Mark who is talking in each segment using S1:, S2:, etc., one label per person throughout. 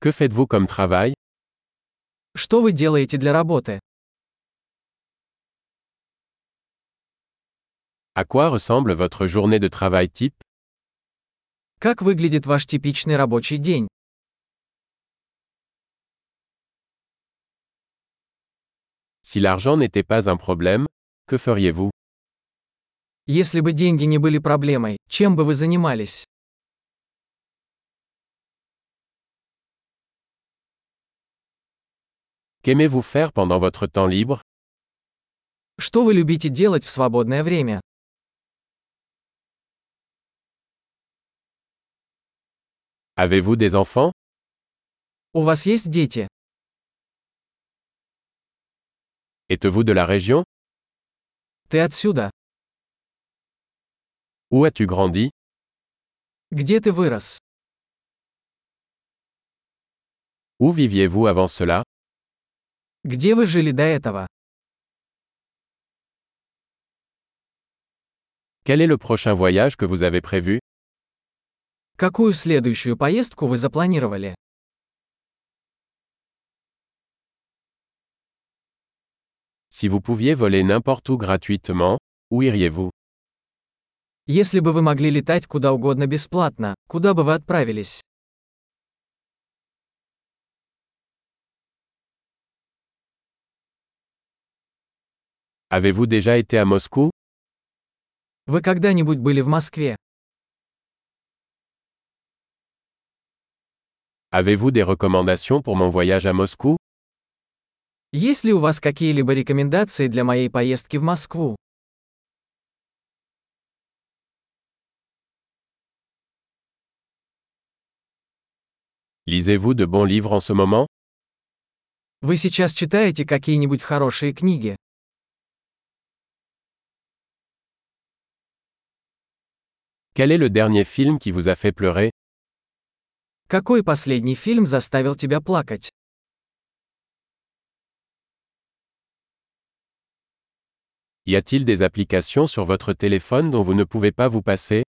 S1: Que faites-vous comme travail
S2: Что вы делаете для работы?
S1: À quoi ressemble votre journée de travail type
S2: Как выглядит ваш типичный рабочий день?
S1: Si l'argent n'était pas un problème, que feriez-vous
S2: Если бы деньги не были проблемой, чем бы вы занимались?
S1: Qu'aimez-vous faire pendant votre temps libre
S2: Что вы любите делать в свободное время?
S1: Avez-vous des enfants
S2: У вас есть дети?
S1: Êtes-vous de la région
S2: Ты отсюда?
S1: Où as-tu grandi
S2: Где ты вырос?
S1: Où viviez-vous avant cela
S2: Где вы жили до этого?
S1: Quel est le prochain voyage que vous avez prévu
S2: Какую следующую поездку вы запланировали?
S1: Si vous pouviez voler n'importe où gratuitement, où iriez-vous
S2: Если бы вы могли летать куда угодно бесплатно, куда бы вы отправились?
S1: Avez-vous déjà été à Moscou
S2: Вы когда-нибудь были в Москве?
S1: Avez-vous des recommandations pour mon voyage à Moscou
S2: Есть ли у вас какие-либо рекомендации для моей поездки в Москву?
S1: Lisez-vous de bons livres en ce moment
S2: Вы сейчас читаете какие-нибудь хорошие книги?
S1: Quel est le dernier film qui vous a fait pleurer
S2: Какой последний фильм заставил тебя плакать?
S1: Y a-t-il des applications sur votre téléphone dont vous ne pouvez pas vous passer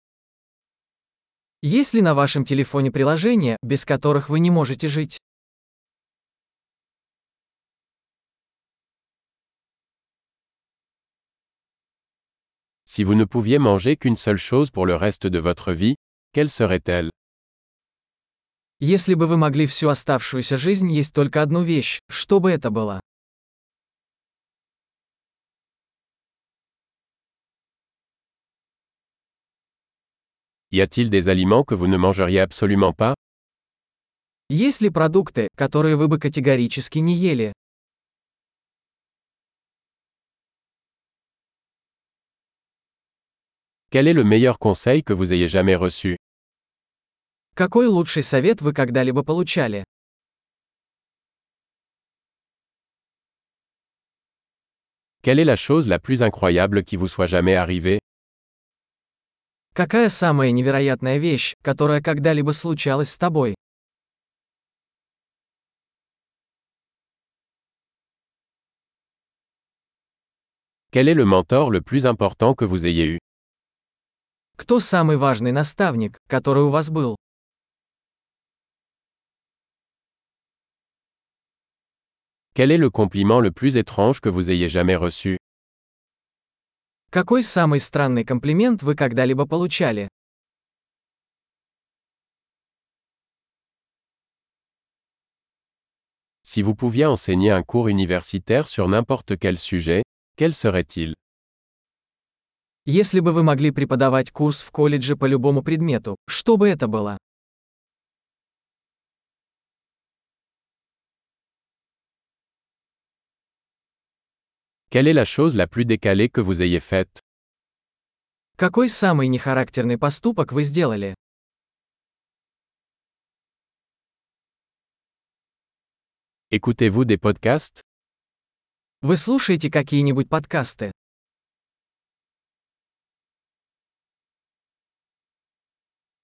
S2: Есть ли на вашем телефоне приложения, без которых вы не можете жить?
S1: Si vous ne pouviez manger qu'une seule chose pour le reste de votre vie, quelle serait-elle
S2: Если бы вы могли всю оставшуюся жизнь есть только одну вещь, что бы это было?
S1: Y a-t-il des aliments que vous ne mangeriez absolument pas
S2: Есть ли продукты, которые вы бы категорически не ели?
S1: Quel est le meilleur conseil que vous ayez jamais reçu
S2: Какой лучший совет вы когда-либо получали?
S1: Quelle est la chose la plus incroyable qui vous soit jamais arrivée
S2: Какая самая невероятная вещь, которая когда-либо случалась с тобой?
S1: Quel est le mentor le plus important que vous ayez eu
S2: Кто самый важный наставник, который у вас был?
S1: Quel est le compliment le plus étrange que vous ayez jamais reçu
S2: Какой самый странный комплимент вы когда-либо получали?
S1: Si vous pouviez enseigner un cours universitaire sur n'importe quel sujet, quel serait-il
S2: Если бы вы могли преподавать курс в колледже по любому предмету, что бы это было?
S1: Quelle est la chose la plus décalée que vous ayez faite
S2: Какой самый нехарактерный поступок вы сделали?
S1: Écoutez-vous des podcasts
S2: Вы слушаете какие-нибудь подкасты?